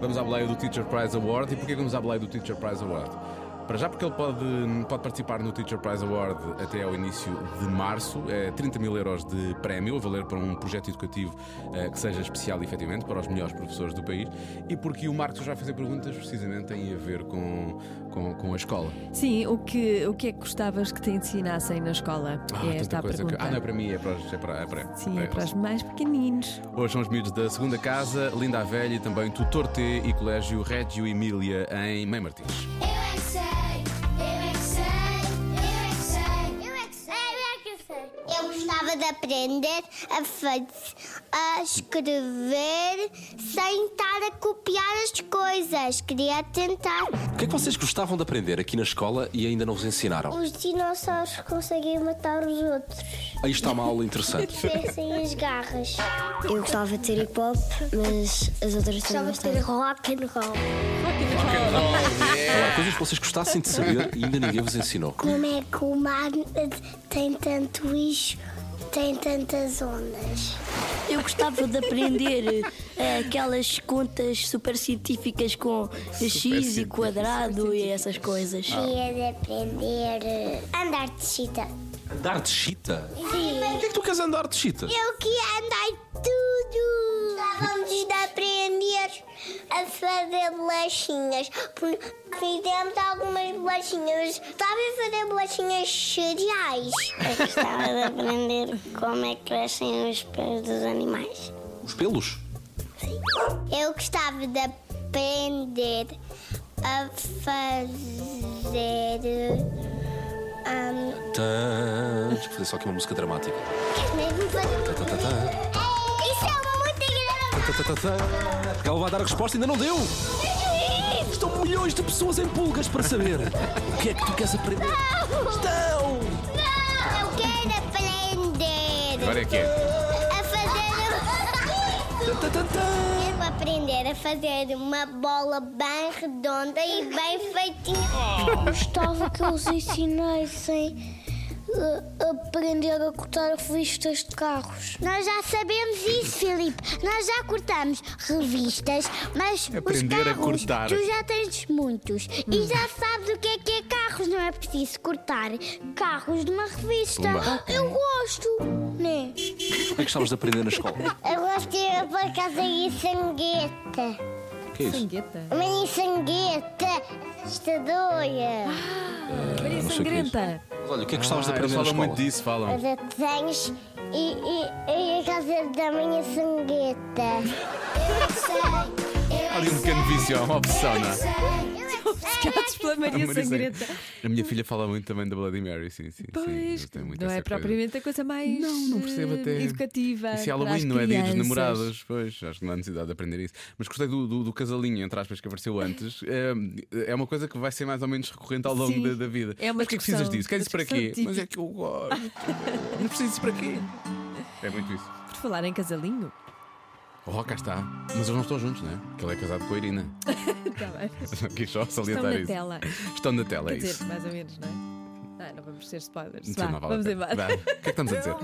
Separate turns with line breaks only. vamos à boleia do Teacher Prize Award. E porquê que vamos à boleia do Teacher Prize Award? Para já, porque ele pode, pode participar no Teacher Prize Award até ao início de março. É 30 mil euros de prémio, a valer para um projeto educativo eh, que seja especial, efetivamente, para os melhores professores do país. E porque o Marcos já fazer perguntas, precisamente, têm a ver com, com, com a escola.
Sim, o que, o que é que gostavas que te ensinassem na escola?
Ah,
é
tanta
esta a
coisa
pergunta.
que- Ah, não é para mim, é para, é para, é para,
Sim,
para
é para
eles.
os mais pequeninos.
Hoje são os miúdos da segunda casa, Linda a Velha e também Tutor T e Colégio Régio Emília em Mãe Martins.
Eu é que sei, eu é que sei, eu é que sei, eu é que sei, eu é que sei, eu é que sei. Eu gostava de aprender a, faz- a escrever sem estar a copiar as coisas. Queria tentar.
O que é que vocês gostavam de aprender aqui na escola e ainda não vos ensinaram?
Os dinossauros conseguem matar os outros.
Aí está uma aula interessante.
Crescem as garras.
Eu gostava de ter hip hop, mas as outras também
Gostava de ter
gostavam.
rock and roll.
Agora, coisas que vocês gostassem de saber e ainda ninguém vos ensinou.
Como é que o mar eh, tem tanto lixo, tem tantas ondas?
Eu gostava de aprender eh, aquelas contas super científicas com X e
científico,
quadrado e essas coisas.
Queria de aprender eh, a andar de chita.
Andar de chita?
Sim.
O que é que tu queres andar de chita?
Eu queria andar tudo. Estávamos de aprender a fazer bolachinhas. Por- Fizemos algumas bolachinhas. Estava a fazer bolachinhas cereais. Eu gostava de aprender como é que crescem os pés dos animais.
Os pelos?
Eu gostava de aprender a hum, fazer. hum,
Tãs. Vou fazer só aqui uma música dramática.
Queres mesmo fazer uma
Tá, tá, tá, tá.
música? Isso é uma muito engraçada.
Tã, tã, tã, tã. Porque ela vai dar a resposta e ainda não deu. Estão milhões de pessoas em pulgas para saber. O que é que tu queres aprender? Estão!
Eu quero aprender
Agora é que é.
a fazer.
Tã, tã, tã, tã.
Quero aprender a fazer uma bola bem redonda e bem feitinha.
Gostava que eles ensinassem a aprender a cortar revistas de carros.
Nós já sabemos isso, Filipe. Nós já cortamos revistas, mas
Aprender
os
a
carros,
cortar.
tu já tens muitos.
Hum.
E já sabes o que é que é carros. Não é preciso cortar carros de uma revista.
Pumba.
Eu gosto, né?
O que é que gostavas de aprender na escola?
Eu gosto de ir para casa e sangueta.
O que é isso?
Sangueta.
Ah,
Mãe sangueta, assustadora.
Maria
não sei o que é isso.
Sangrenta.
Mas olha, o que é que gostavas de
Ah, eles
aprender
falam
na escola?
muito disso, falam.
Fazer desenhos e, e, e a casa da minha sangueta. Eu sei, eu
Ali um pequeno vício, é uma opção, não é?
Ficados pela Maria
Maria
Sangrenta.
A minha filha fala muito também da Bloody Mary, sim, sim.
Pois,
sim, tem muito
não
essa coisa.
é propriamente a coisa mais
Não, não percebo
eh,
até.
educativa.
Isso é
para as
Halloween, não é dia dos
crianças.
namorados. Pois, acho que não há necessidade de aprender isso. Mas gostei do, do, do casalinho, entre aspas, que apareceu antes. É, é uma coisa que vai ser mais ou menos recorrente ao longo
Sim.
da, da vida.
É uma
Mas que é que precisas
discussão-
disso? Queres isso para
uma
quê?
discussão
Mas é que eu gosto. não preciso disso para quê? É muito isso.
Por falar em casalinho.
Oh, cá está. Mas eles não estão juntos, não é? Que ele é casado com a Irina.
Tá bem.
Quis só
Estão
salientar
na
isso.
tela.
Estão na tela,
Quer
é isso.
dizer, mais ou menos, não é? Ah, não vamos ser spoilers.
Então
Vá,
não vale a
vamos
pena.
embora.
Vá. O que é que estamos a dizer?